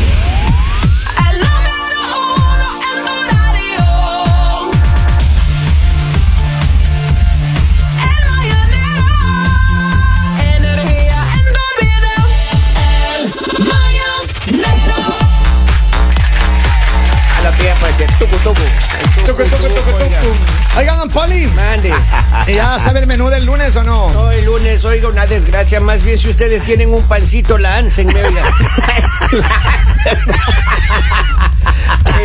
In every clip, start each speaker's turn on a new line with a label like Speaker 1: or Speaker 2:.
Speaker 1: El número uno en tu radio. El mañanero. Energía en tu vida. El mañanero.
Speaker 2: A los días puede ser tucu tucu. El tucu, tucu, oiga.
Speaker 3: Oigan, Poli,
Speaker 2: Mande.
Speaker 3: ¿ya sabe el menú del lunes o no?
Speaker 2: Hoy lunes, oiga, una desgracia. Más bien, si ustedes tienen un pancito, la láncenme, oiga.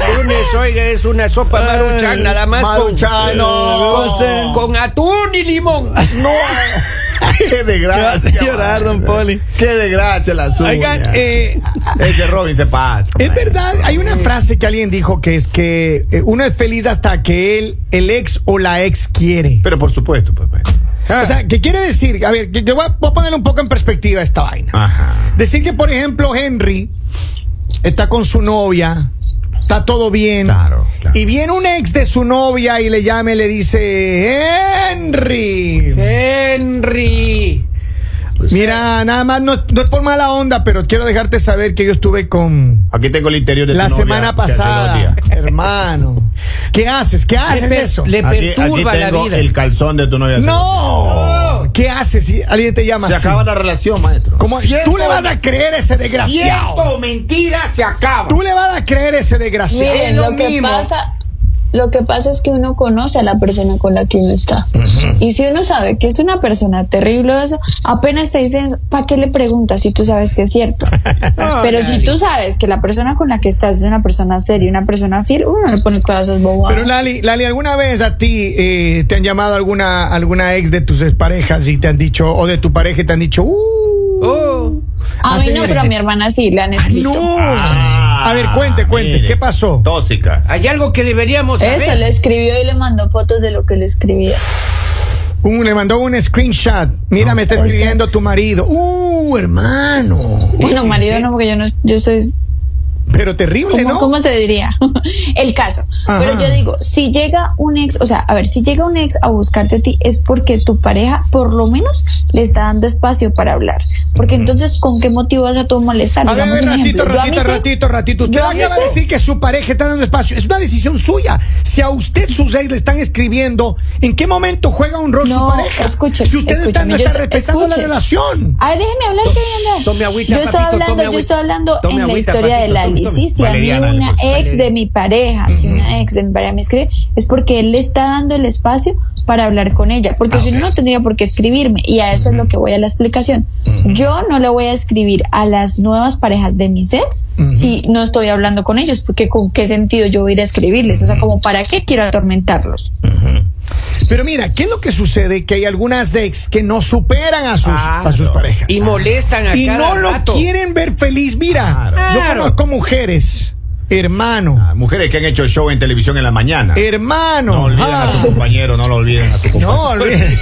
Speaker 2: El lunes, oiga, es una sopa maruchan, nada más. con-
Speaker 3: Maruchan, no,
Speaker 2: con,
Speaker 3: goce.
Speaker 2: con atún y limón.
Speaker 4: Qué
Speaker 3: Te
Speaker 4: desgracia.
Speaker 3: vas a llorar,
Speaker 4: madre.
Speaker 3: don Poli.
Speaker 4: Qué desgracia la suya.
Speaker 3: Oigan, eh,
Speaker 4: Ese Robin se pasa.
Speaker 3: es verdad, hay una frase que alguien dijo que es que eh, uno es feliz hasta que él, el ex o la ex quiere.
Speaker 4: Pero ah. por supuesto, pues, papá.
Speaker 3: O sea, ¿qué quiere decir? A ver, que- yo voy a, voy a poner un poco en perspectiva esta vaina.
Speaker 4: Ah. Ajá.
Speaker 3: Decir que, por ejemplo, Henry está con su novia, está todo bien.
Speaker 4: Claro, claro.
Speaker 3: Y viene un ex de su novia y le llama y le dice, Henry.
Speaker 2: Henry.
Speaker 4: Pues,
Speaker 3: Mira, nada más, no, no es por mala onda, pero quiero dejarte saber que yo estuve con
Speaker 4: Aquí tengo el interior de tu
Speaker 3: la
Speaker 4: novia
Speaker 3: semana
Speaker 4: que hace dos
Speaker 3: pasada,
Speaker 4: días.
Speaker 3: hermano. ¿Qué haces? ¿Qué haces
Speaker 2: pe-
Speaker 3: de eso?
Speaker 2: le-
Speaker 4: Aquí, aquí
Speaker 2: perturba la
Speaker 4: tengo
Speaker 2: vida.
Speaker 4: el calzón de tu novia. hace dos
Speaker 3: no. ¿Qué haces si alguien te llama
Speaker 4: días. Se
Speaker 3: así?
Speaker 4: acaba la relación, maestro.
Speaker 3: ¿Cómo- ¿Tú le vas a creer a ese desgraciado?
Speaker 5: mentira se acaba.
Speaker 3: ¿Tú le vas a creer a ese desgraciado?
Speaker 6: Miren, lo, que pasa, lo que pasa es que uno conoce a la persona con la que uno está. Y si uno sabe que es una persona terrible o eso, apenas te dicen, ¿para qué le preguntas si tú sabes que es cierto?
Speaker 2: No,
Speaker 6: Pero
Speaker 2: nadie.
Speaker 6: si tú sabes que la persona con la que estás es una persona seria, una persona fiel, uno no le pone todas esas bobadas.
Speaker 3: Pero Lali, Lali, ¿alguna vez a ti eh, te han llamado alguna alguna ex de tus parejas y te han dicho, o de tu pareja y te han dicho, uh,
Speaker 2: Oh.
Speaker 6: a
Speaker 3: así
Speaker 6: mí no, pero a mi hermana sí, la han escrito.
Speaker 3: no.
Speaker 4: Ah,
Speaker 3: a ver, cuente, cuente,
Speaker 4: mire.
Speaker 3: ¿qué pasó?
Speaker 4: Tóxica.
Speaker 2: Hay algo que deberíamos
Speaker 6: Eso,
Speaker 2: saber.
Speaker 6: le escribió y le mandó fotos de lo que le escribía.
Speaker 3: Un- le mandó un screenshot. Mira, me está
Speaker 6: Pues
Speaker 3: escribiendo
Speaker 6: sí.
Speaker 3: tu marido. Uh, hermano.
Speaker 6: Bueno,
Speaker 2: sí,
Speaker 6: marido
Speaker 2: sí.
Speaker 6: no, porque yo no, yo soy
Speaker 3: Pero terrible,
Speaker 6: ¿Cómo,
Speaker 3: ¿no?
Speaker 6: cómo se diría? el caso.
Speaker 3: Ajá.
Speaker 6: Pero yo digo, si llega un ex, o sea, a ver, si llega un ex a buscarte a ti es porque tu pareja por lo menos le está dando espacio para hablar. Porque entonces, ¿con qué motivo vas a todo molestar?
Speaker 3: A ver, a ver,
Speaker 6: Digamos un
Speaker 3: ratito,
Speaker 6: ejemplo. Yo a
Speaker 3: ratito,
Speaker 6: mis ex-
Speaker 3: ratito, ratito. Usted
Speaker 6: yo a
Speaker 3: acaba de
Speaker 6: mis ex-
Speaker 3: decir que su pareja está dando espacio. Es una decisión suya. Si a usted sus ex le están escribiendo, ¿en qué momento juega un rol su
Speaker 6: No,
Speaker 3: pareja?
Speaker 6: escuche,
Speaker 3: si usted está,
Speaker 6: escúcheme,
Speaker 3: no
Speaker 6: yo
Speaker 3: está
Speaker 6: estoy-
Speaker 3: respetando la
Speaker 6: escuche.
Speaker 3: relación.
Speaker 6: Ay, déjeme hablar, déjeme hablar.
Speaker 2: tome agüita,
Speaker 6: yo estoy
Speaker 2: papito, tome
Speaker 6: hablando, yo
Speaker 2: agüita.
Speaker 6: estoy hablando
Speaker 2: Tome
Speaker 6: en la
Speaker 2: agüita,
Speaker 6: historia de
Speaker 2: papito,
Speaker 6: la
Speaker 2: tome, tome.
Speaker 6: Sí, si a mí
Speaker 4: Valeriana,
Speaker 6: una
Speaker 4: le gusta,
Speaker 6: ex de mi pareja, si una ex de mi pareja me escribe, es porque él le está dando el espacio para hablar con ella,
Speaker 2: Ah,
Speaker 6: porque si no, no tendría por qué escribirme. Y a eso es lo que voy a la explicación. Yo no le voy a escribir a las nuevas parejas de mis ex si no estoy hablando con ellos, porque con qué sentido yo voy a ir a escribirles, o sea, como para qué quiero atormentarlos.
Speaker 3: Pero mira, ¿qué es lo que sucede? Que hay algunas ex que no superan a sus, a sus parejas.
Speaker 2: Y molestan a
Speaker 3: y
Speaker 2: cada
Speaker 3: no lo
Speaker 2: rato.
Speaker 3: quieren ver feliz. Mira,
Speaker 4: Claro.
Speaker 3: yo conozco mujeres, hermano,
Speaker 4: Ah, Mujeres que han hecho show en televisión en la mañana.
Speaker 3: hermano.
Speaker 4: No olviden
Speaker 3: Ah,
Speaker 4: a su compañero, no lo olviden a su compañero.
Speaker 3: Eh, no, olviden.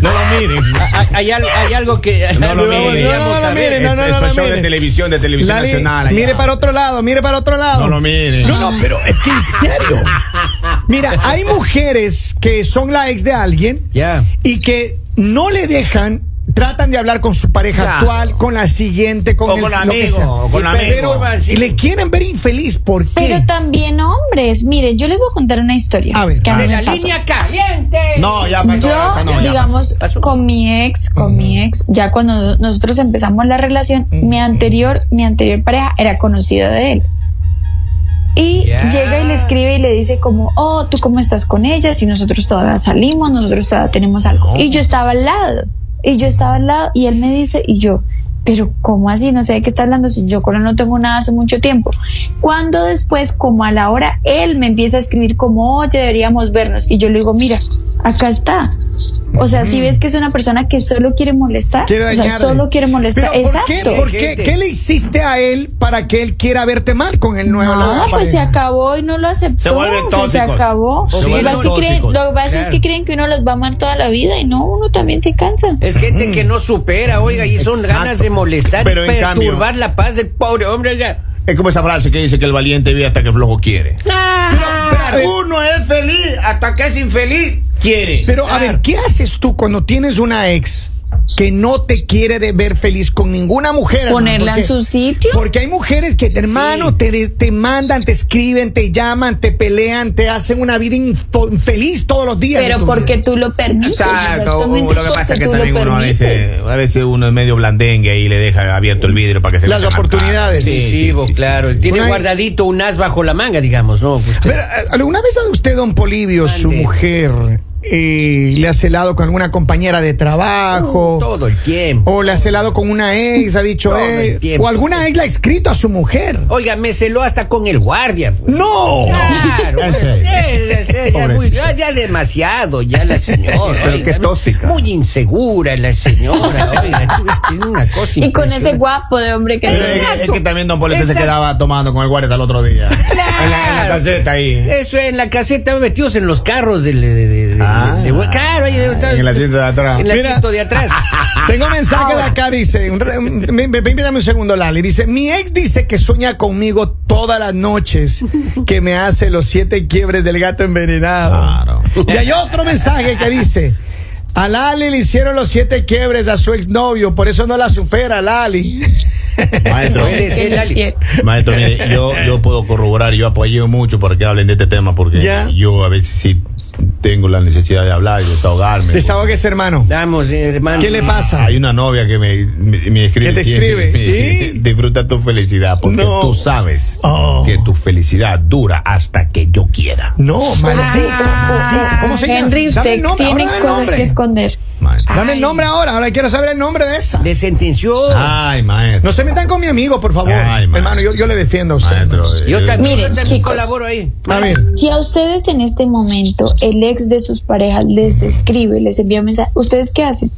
Speaker 4: No lo miren.
Speaker 2: A- a- Hay, al- hay algo que
Speaker 4: No lo
Speaker 2: algo que
Speaker 4: miren.
Speaker 2: deberíamos
Speaker 3: no lo
Speaker 2: saber.
Speaker 3: miren, no, no,
Speaker 4: Eso
Speaker 3: no
Speaker 4: es
Speaker 3: lo
Speaker 4: show de
Speaker 3: miren.
Speaker 4: televisión, de televisión
Speaker 3: Lali,
Speaker 4: nacional. allá.
Speaker 3: mire para otro lado, mire para otro lado.
Speaker 4: No lo miren. Ah,
Speaker 3: No, no, pero es que en serio. Mira, hay mujeres que son la ex de alguien
Speaker 2: Ya.
Speaker 3: y que no le dejan, tratan de hablar con su pareja
Speaker 4: Claro.
Speaker 3: actual, con la siguiente, con
Speaker 4: O
Speaker 3: el
Speaker 4: con
Speaker 3: lo que
Speaker 4: amigo,
Speaker 3: sea.
Speaker 4: o con
Speaker 2: Y
Speaker 4: amigo.
Speaker 2: pero-
Speaker 3: Y le quieren ver infeliz, ¿por qué?
Speaker 6: Pero también hombres, mire, yo les voy a contar una historia.
Speaker 3: A ver,
Speaker 6: que
Speaker 3: a
Speaker 6: mí
Speaker 2: De
Speaker 6: me
Speaker 2: la
Speaker 6: pasó.
Speaker 2: línea caliente.
Speaker 4: Ah, No, ya pasó.
Speaker 6: Yo,
Speaker 4: esa no, ya pues.
Speaker 6: digamos,
Speaker 2: pasó.
Speaker 6: con mi ex, con mi ex, ya cuando nosotros empezamos la relación, mi anterior, mi anterior pareja era conocida de él. Y
Speaker 2: Ya.
Speaker 6: llega y le escribe y le dice como, oh, ¿tú cómo estás con ella? Si nosotros todavía salimos, nosotros todavía tenemos algo.
Speaker 4: No.
Speaker 6: Y
Speaker 3: Oh.
Speaker 6: yo estaba al lado, y yo estaba al lado, y él me dice, y yo, pero ¿cómo así? No sé de qué está hablando, si yo con él no tengo nada hace mucho tiempo. Cuando después, como a la hora, él me empieza a escribir como, oye, deberíamos vernos. Y yo le digo, mira, acá está. O sea, si ves que es una persona que solo quiere molestar,
Speaker 3: Mm. Quiere
Speaker 6: o sea,
Speaker 3: dañarle.
Speaker 6: solo quiere molestar.
Speaker 3: Pero, ¿por
Speaker 6: Exacto.
Speaker 3: qué? ¿Por qué?
Speaker 2: Gente.
Speaker 3: ¿Qué le hiciste a él para que él quiera verte mal con el nuevo? la
Speaker 6: No,
Speaker 3: nueva
Speaker 6: pues se
Speaker 3: pareja?
Speaker 6: acabó y no lo aceptó.
Speaker 4: Se vuelven
Speaker 6: o sea, se
Speaker 4: tóxicos.
Speaker 6: acabó.
Speaker 2: Se
Speaker 6: Lo que
Speaker 2: vuelven
Speaker 6: pasa es que creen-
Speaker 4: tóxicos.
Speaker 6: lo que pasa es
Speaker 2: Claro.
Speaker 6: que creen que uno los va a amar toda la vida y no, uno también se cansa.
Speaker 2: Es gente que no supera, oiga, y son ganas de molestar
Speaker 4: Pero
Speaker 2: y
Speaker 4: en cambio-
Speaker 2: perturbar la paz del pobre hombre, oiga.
Speaker 4: Es como esa frase que dice que el valiente vive hasta que el flojo quiere. uno es feliz hasta que es infeliz. Quiere. Ah,
Speaker 3: Pero a ver, ¿qué haces tú cuando tienes una ex que no te quiere de ver feliz con ninguna mujer. hermano,
Speaker 6: Ponerla en su sitio.
Speaker 3: Porque hay mujeres que, hermano, te, de- te mandan, te escriben, te llaman, te pelean, te hacen una vida info- infeliz todos los días. de
Speaker 6: Pero
Speaker 3: tu
Speaker 6: porque
Speaker 3: vida.
Speaker 6: tú lo permites.
Speaker 4: Exacto,
Speaker 6: exactamente,
Speaker 4: uh, lo que pasa es
Speaker 6: porque
Speaker 4: que
Speaker 6: tú lo
Speaker 4: también uno a
Speaker 6: permites.
Speaker 4: veces, a veces uno es medio blandengue y le deja abierto el vidrio para que se
Speaker 3: Las
Speaker 4: meta más
Speaker 3: oportunidades.
Speaker 4: cara.
Speaker 2: Sí, vos, claro. Tiene
Speaker 3: Bueno, ahí-
Speaker 2: guardadito un as bajo la manga, digamos, ¿no? Pues, Usted-
Speaker 3: Pero, ¿a- ¿alguna vez a usted, don Polivio, su
Speaker 2: Mande.
Speaker 3: mujer, eh, le ha celado con alguna compañera de
Speaker 4: Oh.
Speaker 3: trabajo?
Speaker 2: Uh, pues, todo el tiempo.
Speaker 3: O le ha celado con una ex, ha dicho,
Speaker 2: Todo el
Speaker 3: eh,
Speaker 2: tiempo.
Speaker 3: o alguna ex la ha escrito a su mujer.
Speaker 4: Oh.
Speaker 2: Oiga, me celó hasta con el guardia. pues.
Speaker 3: ¡No!
Speaker 2: Claro,
Speaker 4: En
Speaker 2: pues,
Speaker 4: serio.
Speaker 2: es- es- es- ya, muy- ya, ya demasiado, ya la señora.
Speaker 4: Pero
Speaker 2: oiga,
Speaker 4: qué
Speaker 2: ¿no?
Speaker 4: tóxica.
Speaker 2: Muy insegura la señora, oiga, tiene una cosa
Speaker 6: Y con ese
Speaker 2: impresionante.
Speaker 6: guapo de hombre que
Speaker 4: Pero es,
Speaker 6: tenía.
Speaker 4: que- es que también Don Polete se
Speaker 2: Exacto.
Speaker 4: quedaba tomando con el guardia el otro día. En la, en la
Speaker 2: Claro.
Speaker 4: caseta ahí.
Speaker 2: Eso, en la caseta metidos en los carros del. De, de- de-
Speaker 4: Ah.
Speaker 2: de- de- claro, ahí está-
Speaker 4: En el asiento de atrás.
Speaker 2: En el
Speaker 3: Mira.
Speaker 2: asiento de atrás.
Speaker 3: Tengo un mensaje de acá, dice. un re- un- me- me- Permítame un segundo, Lali. Dice: Mi ex dice que sueña conmigo todas las noches, que me hace los siete quiebres del gato envenenado.
Speaker 4: Claro.
Speaker 3: Y hay otro mensaje que dice: A Lali le hicieron los siete quiebres a su exnovio, por eso no la supera, Lali.
Speaker 4: Maestro,
Speaker 2: Puede ser, Lali.
Speaker 4: maestro, mire, yo, yo puedo corroborar, yo apoyo mucho para que hablen de este tema porque
Speaker 3: Ya.
Speaker 4: yo a veces sí tengo la necesidad de hablar y desahogarme.
Speaker 3: Desahóguese, hermano.
Speaker 2: Vamos, hermano.
Speaker 3: ¿Qué le pasa?
Speaker 4: Hay una novia que me, me- me escribe.
Speaker 3: ¿Qué te
Speaker 4: siempre,
Speaker 3: escribe?
Speaker 4: me dice,
Speaker 3: ¿Y?
Speaker 4: Disfruta tu felicidad, porque
Speaker 3: No.
Speaker 4: tú sabes
Speaker 3: Oh.
Speaker 4: que tu felicidad dura hasta que yo quiera.
Speaker 3: No, maldito. ¿Cómo se llama? Dame
Speaker 6: Henry,
Speaker 3: el
Speaker 6: usted
Speaker 3: nombre,
Speaker 6: tiene
Speaker 3: ahora dame el
Speaker 6: cosas
Speaker 3: nombre.
Speaker 6: que esconder.
Speaker 4: Maestro.
Speaker 3: Dame el nombre ahora, ahora quiero saber el nombre de esa.
Speaker 2: Le sentenció.
Speaker 4: Ay, maestro.
Speaker 3: Ah. No se metan con mi amigo, por favor.
Speaker 4: Ay, maestro.
Speaker 3: hermano, yo, yo le defiendo a usted.
Speaker 4: Maestro, eh,
Speaker 2: yo también,
Speaker 6: Miren,
Speaker 2: yo también
Speaker 6: chicos.
Speaker 2: colaboro ahí.
Speaker 3: A ver.
Speaker 6: Si a ustedes en este momento el ex de sus parejas les escribe, les envía un mensaje, ¿ustedes qué hacen?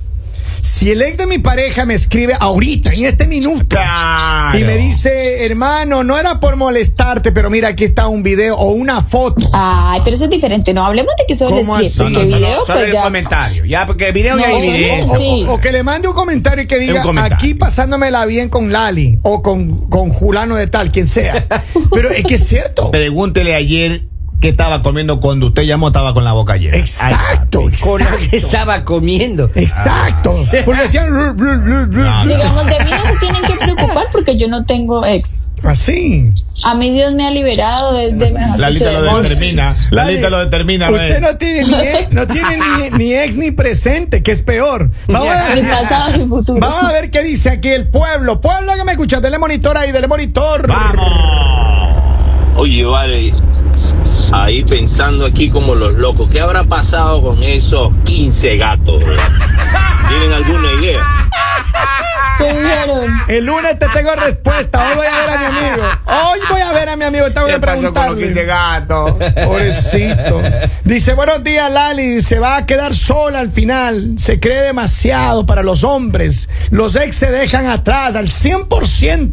Speaker 3: Si el ex de mi pareja me escribe ahorita, en este minuto,
Speaker 4: Claro.
Speaker 3: y me dice, hermano, no era por molestarte, pero mira, aquí está un video o una foto.
Speaker 6: Ay, pero eso es diferente. No hablemos de que solo les
Speaker 3: ¿Cómo así?
Speaker 6: escribe,
Speaker 4: No, no,
Speaker 6: porque
Speaker 4: solo-
Speaker 6: video,
Speaker 4: solo
Speaker 6: pues
Speaker 4: el
Speaker 6: ya.
Speaker 4: comentario. Ya, porque video
Speaker 6: No,
Speaker 4: ya hay
Speaker 6: solo-
Speaker 4: evidencia.
Speaker 6: sí.
Speaker 3: O que le mande un comentario y que diga,
Speaker 4: Un comentario.
Speaker 3: aquí pasándomela bien con Lali o con, con Julano de tal, quien sea. Pero es que es cierto.
Speaker 4: Ah, Pregúntele ayer qué estaba comiendo cuando usted llamó, estaba con la boca llena.
Speaker 3: Exacto,
Speaker 4: Ay, papi.
Speaker 2: Con lo que
Speaker 3: exacto.
Speaker 2: estaba comiendo.
Speaker 3: Exacto. Porque decían, "Ru, ru, ru, ru".
Speaker 4: No, no.
Speaker 6: Digamos, de mí no se tienen que preocupar porque yo no tengo ex.
Speaker 3: así.
Speaker 6: A mí Dios me ha liberado desde mejor
Speaker 4: La
Speaker 6: dicho,
Speaker 4: lista lo
Speaker 6: demonios.
Speaker 4: determina. La
Speaker 3: Lali,
Speaker 4: lista lo determina.
Speaker 3: Usted
Speaker 4: maestro.
Speaker 3: no tiene, ni ex, no tiene ni, ni ex ni presente, que es peor. Vamos a
Speaker 6: Ni pasado ni futuro.
Speaker 3: Vamos a ver qué dice aquí el pueblo. Pueblo que me escucha, dele monitor ahí, dele monitor.
Speaker 4: ¡Vamos!
Speaker 7: Oye, vale, ahí pensando aquí como los locos, ¿qué habrá pasado con esos 15 gatos? ¿Tienen alguna idea?
Speaker 6: ¿Qué dijeron?
Speaker 3: El lunes te tengo respuesta. Hoy voy a ver a mi amigo. Hoy voy a ver a mi amigo. Te voy a
Speaker 4: ¿Qué pasó con los 15
Speaker 3: preguntarle.
Speaker 4: gatos?
Speaker 3: Pobrecito. Dice, buenos días, Lali. Se va a quedar sola al final. Se cree demasiado para los hombres. Los ex se dejan atrás al 100%.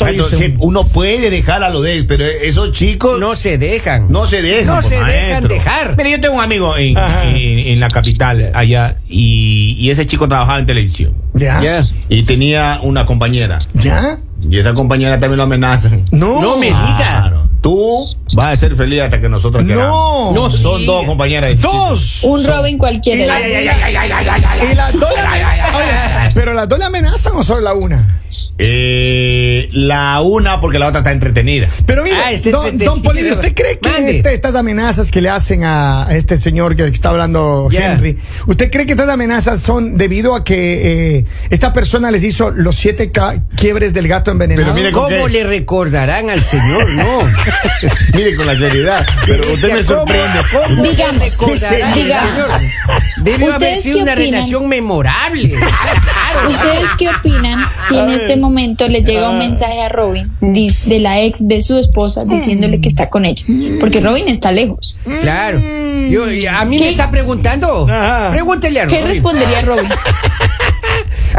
Speaker 4: Maestro,
Speaker 3: dice
Speaker 4: sí,
Speaker 3: un-
Speaker 4: uno puede dejar a los de él, pero esos chicos no,
Speaker 2: No se dejan.
Speaker 4: se dejan.
Speaker 2: No
Speaker 4: pues,
Speaker 2: se dejan
Speaker 4: maestro.
Speaker 2: dejar.
Speaker 4: Mire, yo tengo un amigo en,
Speaker 3: Ajá.
Speaker 4: en- en la capital, allá, y, y ese chico trabajaba en televisión.
Speaker 3: ¿Ya?
Speaker 2: Ya.
Speaker 4: Y tenía una compañera.
Speaker 3: ¿Ya?
Speaker 4: Y esa compañera también lo amenazan.
Speaker 3: No.
Speaker 2: No me diga.
Speaker 4: Claro. Tú vas a ser feliz hasta que nosotros
Speaker 3: No.
Speaker 4: queramos.
Speaker 2: No,
Speaker 4: Son
Speaker 2: sí.
Speaker 4: dos compañeras.
Speaker 3: Dos.
Speaker 6: Un Robin cualquiera.
Speaker 4: Ay, ay, ay, ay, ay, ay, ay, ay.
Speaker 3: Y las dos le amen- Oye, pero las dos le amenazan o solo la una.
Speaker 4: Eh, la una porque la otra está entretenida.
Speaker 3: Pero mire,
Speaker 2: Ah, este-
Speaker 3: don,
Speaker 2: este-
Speaker 3: don
Speaker 2: este-
Speaker 3: Polibio, ¿usted cree que
Speaker 2: Mande.
Speaker 3: este- estas amenazas que le hacen a este señor que está hablando
Speaker 2: Ya.
Speaker 3: Henry, ¿usted cree que estas amenazas son debido a que eh, esta persona les hizo los siete ca- quiebres del gato envenenado?
Speaker 4: Pero mire con
Speaker 2: ¿Cómo
Speaker 4: qué?
Speaker 2: le recordarán al señor? No.
Speaker 4: Mire con la seriedad. Pero usted me
Speaker 2: Cristian, ¿cómo-
Speaker 4: sorprende.
Speaker 2: ¿Cómo le
Speaker 6: Digamos,
Speaker 2: recordarán al
Speaker 6: digamos.
Speaker 2: señor? Debe haber
Speaker 6: ¿Ustedes
Speaker 2: sido
Speaker 6: qué
Speaker 2: una
Speaker 6: opinan?
Speaker 2: relación memorable. Claro.
Speaker 6: ¿Ustedes qué opinan si en este momento le llega un mensaje a Robin di- de la ex de su esposa diciéndole que está con ella? Porque Robin está lejos.
Speaker 2: Claro. Yo, y a mí
Speaker 6: ¿Qué?
Speaker 2: me está preguntando.
Speaker 3: Ajá.
Speaker 2: Pregúntele a
Speaker 6: ¿Qué
Speaker 2: Robin.
Speaker 6: respondería Robin?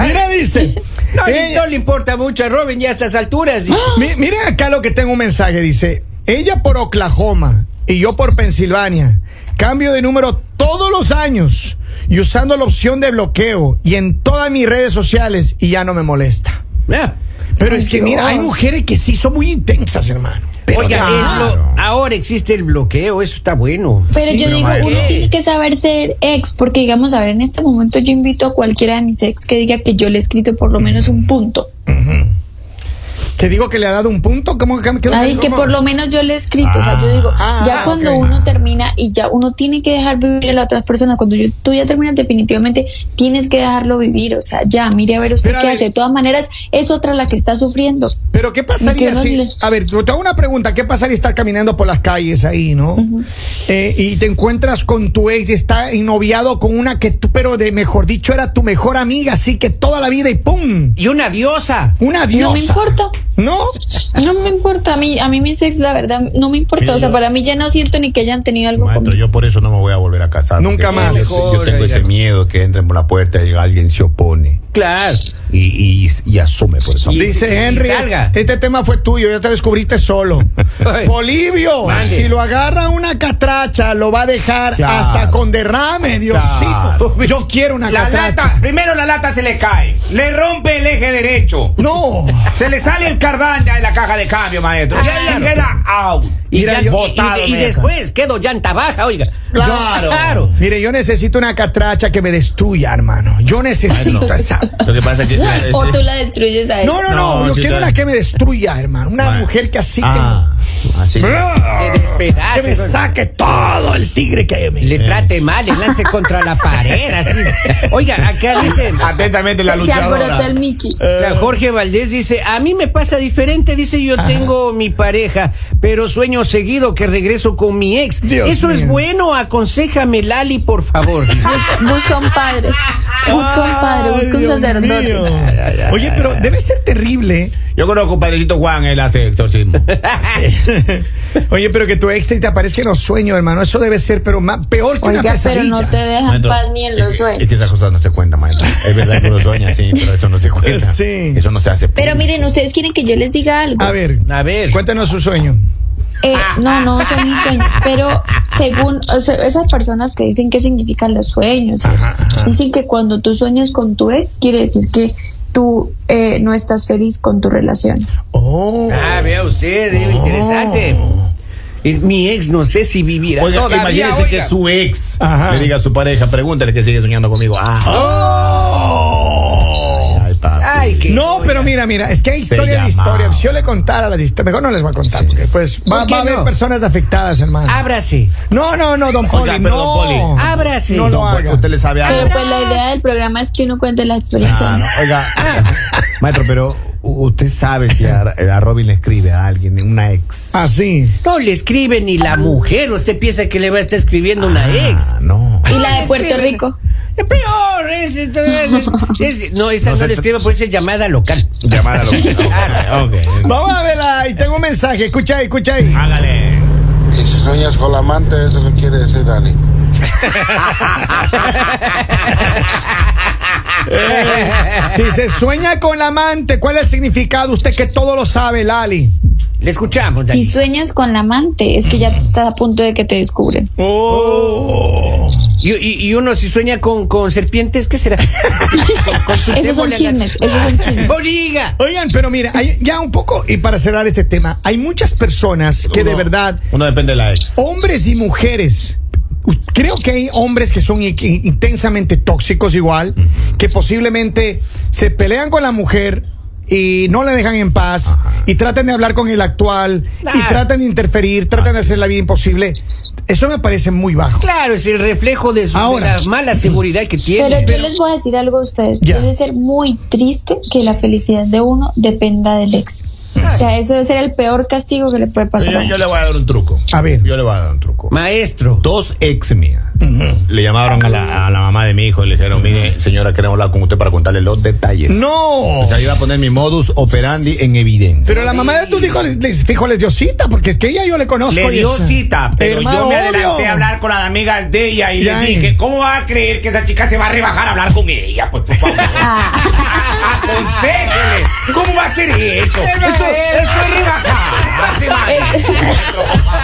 Speaker 3: Mira, dice.
Speaker 2: No,
Speaker 3: eh,
Speaker 2: no le importa mucho a Robin ya a estas alturas. dice.
Speaker 3: mi- miren acá lo que tengo un mensaje, dice. Ella por Oklahoma y yo por Pensilvania. Cambio de número todos los años y usando la opción de bloqueo y en todas mis redes sociales y ya no me molesta.
Speaker 2: Ah,
Speaker 3: Pero es que mira, hay mujeres que sí son muy intensas, hermano. Pero
Speaker 2: Oiga,
Speaker 3: de-
Speaker 2: el blo- ahora existe el bloqueo, eso está bueno.
Speaker 6: Pero yo digo,
Speaker 2: ¿para
Speaker 6: uno
Speaker 2: qué?
Speaker 6: tiene que saber ser ex, porque digamos, a ver, en este momento yo invito a cualquiera de mis ex que diga que yo le he escrito por lo menos un punto.
Speaker 3: que digo que le ha dado un punto, ¿cómo que que-
Speaker 6: Ay, que
Speaker 3: cómo?
Speaker 6: por lo menos yo le he escrito. o sea, yo digo,
Speaker 3: Ah,
Speaker 6: ya
Speaker 3: ah,
Speaker 6: cuando
Speaker 3: ok.
Speaker 6: uno termina y ya uno tiene que dejar vivir a la otra persona, cuando yo- tú ya terminas definitivamente, tienes que dejarlo vivir. O sea, ya, mire a ver usted
Speaker 3: Pero a
Speaker 6: qué
Speaker 3: ver.
Speaker 6: hace. De todas maneras, es otra la que está sufriendo.
Speaker 3: Pero ¿qué
Speaker 6: Ni
Speaker 3: pasaría
Speaker 6: que no
Speaker 3: si...
Speaker 6: le-
Speaker 3: A ver, te hago una pregunta. ¿Qué pasaría estar caminando por las calles ahí, no? Eh, y te encuentras con tu ex y está noviado con una que tú, pero de mejor dicho, era tu mejor amiga, así que toda la vida y ¡pum!
Speaker 2: Y una diosa.
Speaker 3: Una diosa.
Speaker 6: No me importa.
Speaker 3: ¿No?
Speaker 6: No me importa, a mí, a mí mis ex, la verdad, no me importa. O sea, para mí ya no siento ni que hayan tenido algo
Speaker 4: Maestro,
Speaker 6: conmigo.
Speaker 4: yo por eso no me voy a volver a casar.
Speaker 3: Nunca
Speaker 4: porque
Speaker 3: más.
Speaker 4: Yo, yo tengo ese miedo que entren por la puerta y alguien se opone
Speaker 2: Claro.
Speaker 4: y, y, y asume por eso.
Speaker 2: Y- y
Speaker 3: Dice Henry,
Speaker 2: salga.
Speaker 3: este tema fue tuyo, ya te descubriste solo.
Speaker 2: Ay.
Speaker 3: Polivio,
Speaker 2: Mande.
Speaker 3: si lo agarra una catracha, lo va a dejar
Speaker 4: Claro.
Speaker 3: hasta con derrame, Diosito.
Speaker 2: Claro.
Speaker 3: Yo quiero una
Speaker 5: La
Speaker 3: catracha.
Speaker 5: lata, primero la lata se le cae, le rompe el eje derecho,
Speaker 3: No.
Speaker 5: se le sale el cardán ya en la caja de cambio, maestro.
Speaker 4: Ah,
Speaker 5: Y ahí
Speaker 2: Claro.
Speaker 5: queda out.
Speaker 2: Y,
Speaker 3: Mira,
Speaker 2: ya-
Speaker 3: yo-
Speaker 2: y- y-
Speaker 5: botado
Speaker 2: y
Speaker 5: me deja.
Speaker 2: después quedo llanta baja, oiga.
Speaker 3: Claro.
Speaker 2: Claro.
Speaker 3: Mire, yo necesito una catracha que me destruya, hermano. Yo necesito
Speaker 4: Maestro.
Speaker 3: esa.
Speaker 4: Ah, Lo que pasa es que.
Speaker 6: O tú la destruyes a él.
Speaker 3: No, no, no.
Speaker 4: No,
Speaker 3: yo
Speaker 4: sí,
Speaker 3: quiero
Speaker 4: claro.
Speaker 3: una que me destruya, hermano. Una
Speaker 4: Bueno.
Speaker 3: mujer que así
Speaker 4: Ah, así. Ah,
Speaker 2: Le
Speaker 3: que, que me
Speaker 2: despedace.
Speaker 3: saque todo el tigre que hay en mí.
Speaker 2: Le trate mal, le lance contra la pared, así. Oiga, acá dicen.
Speaker 5: Atentamente la
Speaker 6: Se alborotó el
Speaker 5: luchadora.
Speaker 6: Michi.
Speaker 3: Eh,
Speaker 2: Claro, Jorge Valdés dice, a mí me pasa diferente, dice yo
Speaker 3: Ah.
Speaker 2: tengo mi pareja, pero sueño seguido que regreso con mi ex.
Speaker 3: Dios
Speaker 2: Eso es
Speaker 3: mío.
Speaker 2: bueno, aconsejame Lali, por favor. dice.
Speaker 6: Busca un padre. Busca un padre,
Speaker 3: Ay,
Speaker 6: busca un
Speaker 3: Dios
Speaker 6: sacerdote.
Speaker 3: mío. Oye, pero debe ser terrible.
Speaker 4: Yo conozco a Padrecito Juan, él hace exorcismo.
Speaker 3: Oye, pero que tu ex te aparezca en los sueños, hermano. Eso debe ser, pero más, peor que una
Speaker 6: Oiga, pero
Speaker 3: pesadilla.
Speaker 6: no te dejan
Speaker 4: Maestro, eh,
Speaker 6: paz ni en
Speaker 4: es
Speaker 6: los
Speaker 4: que-
Speaker 6: sueños.
Speaker 4: Es que esas cosas no se cuentan, maestro. Es verdad que uno sueña, sí, pero eso no se cuenta.
Speaker 3: Sí.
Speaker 4: Eso no se hace.
Speaker 6: Pero miren, ustedes quieren que yo les diga algo.
Speaker 3: A ver,
Speaker 2: A ver.
Speaker 3: cuéntanos su sueño.
Speaker 6: Eh, no, no son mis sueños, pero según o sea, esas personas que dicen qué significan los sueños, dicen que cuando tú sueñas con tu ex, quiere decir que tú eh, no estás feliz con tu relación.
Speaker 3: Oh.
Speaker 2: Ah, vea usted, eh, interesante. Eh, Mi ex no sé si vivirá
Speaker 4: Oiga,
Speaker 2: todavía,
Speaker 4: imagínese
Speaker 2: oiga.
Speaker 4: que su ex
Speaker 3: Ajá.
Speaker 4: le diga a su pareja, pregúntale que sigue soñando conmigo. Ah. Ay, papi.
Speaker 2: Ay, que-
Speaker 3: No,
Speaker 2: oiga.
Speaker 3: pero mira, mira, es que hay
Speaker 4: Se
Speaker 3: historia de
Speaker 4: llama.
Speaker 3: historia. Si yo le contara las historias, mejor no les voy a contar, porque pues va,
Speaker 2: ¿Por qué
Speaker 3: va a haber
Speaker 2: no? Ah,
Speaker 3: personas afectadas, hermano.
Speaker 2: Ábrase.
Speaker 3: No, no, no, don Poli,
Speaker 4: Oiga,
Speaker 3: no.
Speaker 4: pero don Poli,
Speaker 2: ábrase.
Speaker 3: No lo
Speaker 4: Don Poli,
Speaker 3: haga.
Speaker 4: Usted le sabe
Speaker 6: Pero
Speaker 4: algo.
Speaker 6: pues la idea del programa es que uno cuente la
Speaker 4: Ah,
Speaker 6: experiencia.
Speaker 4: no, Oiga, maestro, pero u- usted sabe si a, a Robin le escribe a alguien, una ex.
Speaker 3: Así.
Speaker 2: No le escribe ni
Speaker 3: Ah.
Speaker 2: la mujer. Usted piensa que le va a estar escribiendo una ex.
Speaker 4: Ah, no.
Speaker 6: Y la de
Speaker 2: Ah,
Speaker 6: Puerto
Speaker 2: escribe.
Speaker 6: Rico.
Speaker 2: Es Peor, es, es- es- es- no, esa
Speaker 4: No
Speaker 2: no,
Speaker 4: se
Speaker 2: le
Speaker 4: tra-
Speaker 2: escriba, por ser llamada local.
Speaker 4: Llamar a los.
Speaker 2: Claro.
Speaker 4: Ok, ok.
Speaker 3: Vamos a verla, y tengo un mensaje, escucha ahí, escucha ahí.
Speaker 4: Hágale.
Speaker 8: Y si sueñas con la amante, eso no quiere decir Dani.
Speaker 3: Si se sueña con la amante, ¿cuál es el significado? Usted que todo lo sabe, Lali.
Speaker 2: Le escuchamos,
Speaker 6: Si
Speaker 2: Dani.
Speaker 6: sueñas con la amante, es que ya estás a punto de que te descubren.
Speaker 2: Y, y- y uno si sueña con, con serpientes, ¿qué será? Con- con su
Speaker 6: Esos
Speaker 2: démosle
Speaker 6: son
Speaker 2: a las-
Speaker 6: chismes, esos son chismes.
Speaker 2: Oiga.
Speaker 3: Oigan, pero mira, hay- ya un poco, y para cerrar este tema, hay muchas personas que de
Speaker 4: Uno-
Speaker 3: verdad
Speaker 4: Uno depende de la ex.
Speaker 3: hombres y mujeres. U- Creo que hay hombres que son i- i- intensamente tóxicos igual, que posiblemente se pelean con la mujer y no la dejan en paz y tratan de hablar con el actual y
Speaker 2: Ah.
Speaker 3: tratan de interferir, tratan de hacer la vida imposible. Eso me parece muy bajo.
Speaker 2: Claro, es el reflejo de, su, de
Speaker 3: Ahora.
Speaker 2: la mala seguridad que
Speaker 6: Pero
Speaker 2: tiene.
Speaker 6: yo les voy a decir algo a ustedes.
Speaker 3: Ya.
Speaker 6: Debe ser muy triste que la felicidad de uno dependa del ex. O sea, eso debe ser el peor castigo que le puede
Speaker 4: Yo,
Speaker 6: pasar. a
Speaker 4: yo
Speaker 6: uno.
Speaker 4: le voy a dar un truco.
Speaker 3: A ver.
Speaker 4: Yo le voy a dar un truco.
Speaker 2: Maestro.
Speaker 4: Dos ex mías le llamaron a la, a la mamá de mi hijo y le dijeron, mire, señora, queremos hablar con usted para contarle los detalles.
Speaker 3: No.
Speaker 5: Pues
Speaker 4: O sea, yo iba a poner mi modus operandi en evidencia.
Speaker 3: Pero la mamá de tus hijos les, les- fijo, les dio cita, porque es que ella yo le conozco.
Speaker 5: Le
Speaker 3: y
Speaker 5: dio
Speaker 3: es-
Speaker 5: cita, pero
Speaker 3: Hermano,
Speaker 5: yo me adelanté
Speaker 3: obvio.
Speaker 5: a hablar con las amigas de ella y
Speaker 3: Ya,
Speaker 5: le
Speaker 3: eh.
Speaker 5: dije, ¿cómo va a creer que esa chica se va a rebajar a hablar con ella? Pues por favor. Aconséjele. ¿Cómo va a ser eso? Eso, eso es rebajar. Se va
Speaker 6: Eh,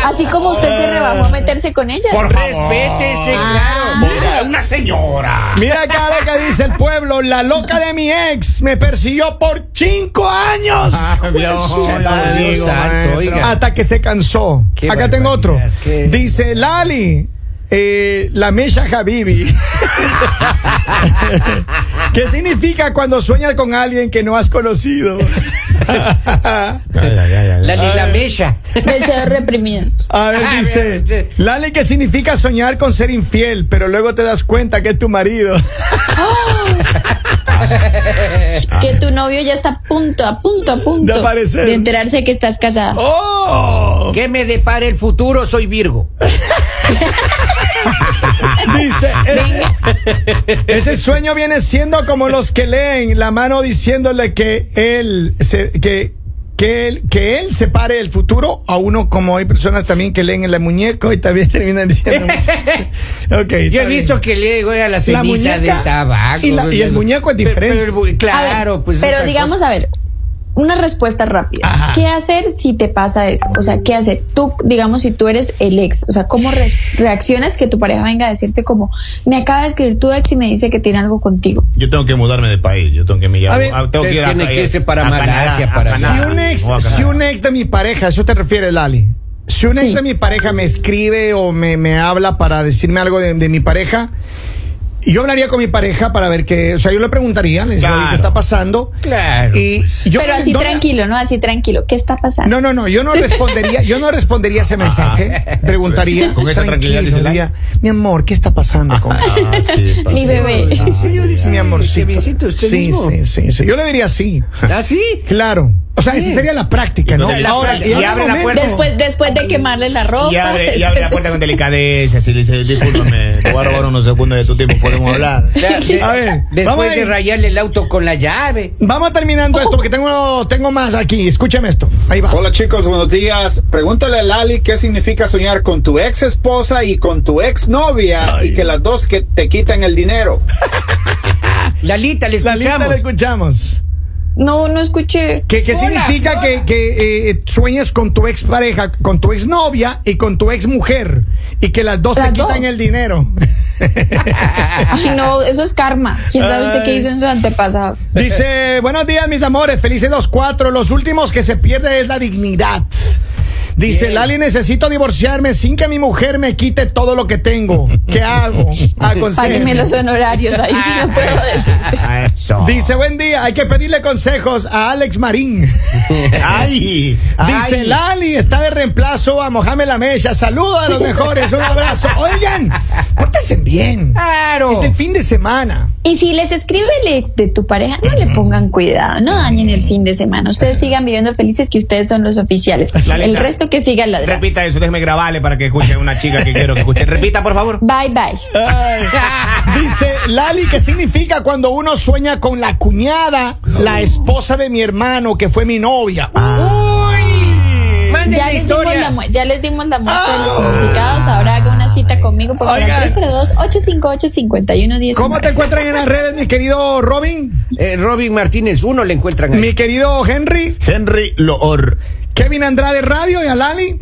Speaker 6: Así como usted se rebajó a meterse con ella.
Speaker 3: Por favor.
Speaker 2: Respétese,
Speaker 6: Ah.
Speaker 2: claro.
Speaker 5: Mira, una señora.
Speaker 3: Mira acá lo que dice el pueblo. La loca de mi ex me persiguió por cinco años.
Speaker 4: Ah, Dios,
Speaker 3: Hijo de su
Speaker 4: ya
Speaker 3: madre.
Speaker 4: le
Speaker 2: digo, maestro. oiga.
Speaker 3: Hasta que se cansó.
Speaker 2: Qué
Speaker 3: acá
Speaker 2: barbaridad,
Speaker 3: tengo otro.
Speaker 2: qué-
Speaker 3: Dice Lali. eh, la Misha Habibi. ¿Qué significa cuando sueñas con alguien que no has conocido?
Speaker 4: Ay, ay, ay,
Speaker 6: Ah.
Speaker 4: ay.
Speaker 2: La
Speaker 3: Ah.
Speaker 2: lila mella.
Speaker 6: Deseo reprimido.
Speaker 3: A ver,
Speaker 2: Ah, mira,
Speaker 3: dice.
Speaker 2: este.
Speaker 3: Lali, ¿qué significa soñar con ser infiel, pero luego te das cuenta que es tu marido?
Speaker 6: Que tu novio ya está a punto, a punto, a punto
Speaker 3: Ah. De aparecer.
Speaker 6: enterarse que estás casada.
Speaker 3: ¡Oh!
Speaker 2: ¿Qué me depara el futuro? Soy Virgo.
Speaker 3: Dice, ese, ese sueño viene siendo como los que leen la mano diciéndole que él se- que que él, que él separe el futuro a uno como hay personas también que leen en la muñeco y también terminan diciendo muchas- okay,
Speaker 2: Yo
Speaker 3: está
Speaker 2: he
Speaker 3: bien.
Speaker 2: visto que le digo a la
Speaker 3: La
Speaker 2: ceniza
Speaker 3: muñeca
Speaker 2: de tabaco.
Speaker 3: y la- y el muñeco es
Speaker 2: Pero-
Speaker 3: diferente.
Speaker 2: pero el bu-
Speaker 6: A ver,
Speaker 2: claro, pues.
Speaker 6: Pero
Speaker 2: otra
Speaker 6: digamos,
Speaker 2: cosa.
Speaker 6: a ver, una respuesta rápida.
Speaker 3: Ajá.
Speaker 6: ¿Qué hacer si te pasa eso? O sea, ¿qué hacer? Tú, digamos, si tú eres el ex, o sea, ¿cómo re- reaccionas que tu pareja venga a decirte como, me acaba de escribir tu ex y me dice que tiene algo contigo?
Speaker 4: Yo tengo que mudarme de país. Yo tengo que emigrar.
Speaker 3: A ver,
Speaker 4: Ah, tengo
Speaker 2: usted tiene que irse para Malasia, para-
Speaker 4: Canadá.
Speaker 3: si un ex,
Speaker 4: O a Canadá.
Speaker 3: si un ex de mi pareja, ¿eso te refieres, Lali? Si un ex
Speaker 6: Sí.
Speaker 3: de mi pareja me escribe o me, me habla para decirme algo de, de mi pareja, yo hablaría con mi pareja para ver qué, o sea, yo le preguntaría, le diría,
Speaker 4: Claro.
Speaker 3: "Oye, ¿qué está pasando?
Speaker 2: Claro, pues.
Speaker 3: Y yo
Speaker 6: Pero
Speaker 3: no-
Speaker 6: así
Speaker 3: no-
Speaker 6: tranquilo, ¿no? Así tranquilo. ¿Qué está pasando?
Speaker 3: No, no, no, yo no respondería, yo no respondería ese mensaje, preguntaría.
Speaker 4: Con esa tranquilidad,
Speaker 3: tranquilo,
Speaker 4: dice Lali.
Speaker 3: diría, mi amor, ¿qué está pasando con
Speaker 4: Ah,
Speaker 3: esto?
Speaker 4: sí,
Speaker 6: Mi
Speaker 4: pasó.
Speaker 6: bebé.
Speaker 4: Ah,
Speaker 2: ¿En serio dice
Speaker 4: ya.
Speaker 3: Mi amorcito.
Speaker 2: ¿Se visita usted
Speaker 3: sí,
Speaker 2: mismo?
Speaker 3: sí, sí, sí. Yo le diría sí.
Speaker 2: ¿Ah, sí?
Speaker 3: Claro. O sea, esa sería la práctica, ¿no?
Speaker 4: La- la práctica.
Speaker 3: en
Speaker 4: Y
Speaker 3: el
Speaker 4: abre la
Speaker 3: momento-
Speaker 4: puerta.
Speaker 6: Después, después de quemarle la ropa.
Speaker 4: Y abre, y abre la puerta con delicadeza. Si le dice, discúlpame, te voy a robar unos segundos de tu tiempo, podemos hablar.
Speaker 2: La- de-
Speaker 3: A ver, vamos
Speaker 2: después
Speaker 3: a
Speaker 2: de
Speaker 3: ir.
Speaker 2: rayarle el auto con la llave.
Speaker 3: Vamos terminando esto porque tengo, tengo más aquí. Escúchame esto. Ahí va.
Speaker 9: Hola chicos, buenos días. Pregúntale a Lali qué significa soñar con tu ex esposa y con tu ex novia y que las dos que te quitan el dinero.
Speaker 2: Lalita, le
Speaker 3: la lista
Speaker 2: escuchamos.
Speaker 3: la escuchamos.
Speaker 6: No, no escuché.
Speaker 3: ¿Qué, qué
Speaker 2: Hola,
Speaker 3: significa
Speaker 2: hola.
Speaker 3: que, que, eh, sueñes con tu ex pareja, con tu ex novia y con tu ex mujer? Y que las dos
Speaker 6: Las
Speaker 3: te
Speaker 6: dos.
Speaker 3: quitan el dinero.
Speaker 6: Ay, no, eso es karma. ¿Quién sabe usted qué
Speaker 3: Ay.
Speaker 6: hizo en sus antepasados?
Speaker 3: Dice, buenos días mis amores, felices los cuatro. Los últimos que se pierde es la dignidad. Dice,
Speaker 2: Bien.
Speaker 3: Lali, necesito divorciarme sin que mi mujer me quite todo lo que tengo. ¿Qué hago? Ah,
Speaker 6: Págueme
Speaker 3: Aconsejeme.
Speaker 6: los honorarios. Ahí sí no puedo decir.
Speaker 4: Ah, Eso.
Speaker 3: Dice, buen día, hay que pedirle consejos a Alex Marín.
Speaker 4: Ay, ah,
Speaker 3: Dice
Speaker 4: ay.
Speaker 3: Lali, está de reemplazo a Mohamed La Mella. Saludos a los mejores, un abrazo. Oigan, pórtense bien.
Speaker 2: Claro.
Speaker 3: Es el fin de semana.
Speaker 6: Y si les escribe el ex de tu pareja, no le pongan cuidado, no dañen el fin de semana. Ustedes sigan viviendo felices que ustedes son los oficiales.
Speaker 4: Lalita.
Speaker 6: El resto que siga el ladrón.
Speaker 4: Repita eso, déjeme grabarle para que escuche una chica que quiero que escuche. Repita, por favor.
Speaker 6: Bye bye.
Speaker 3: Dice Lali, ¿qué significa cuando uno sueña con la cuñada, la esposa de mi hermano, que fue mi novia?
Speaker 2: Manden
Speaker 6: Ya
Speaker 2: la
Speaker 6: les, dimos
Speaker 2: historia.
Speaker 6: la, mu- ya les dimos la muestra de los significados. Ahora haga una cita conmigo por
Speaker 3: Ah. Oigan.
Speaker 6: 302-858-5110.
Speaker 3: ¿Cómo te encuentran en las redes, mi querido Robin?
Speaker 2: Eh, Robin Martínez, uno le encuentran ahí.
Speaker 3: Mi querido Henry,
Speaker 4: Henry Loor.
Speaker 3: Kevin Andrade Radio y a Lali.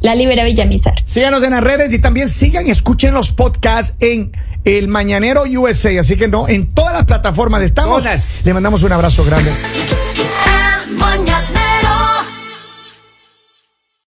Speaker 6: La libera Villamizar.
Speaker 3: Síganos en las redes y también sigan y escuchen los podcasts en El Mañanero USA. Así que no, en todas las plataformas estamos.
Speaker 2: Todas.
Speaker 3: Le mandamos un abrazo grande.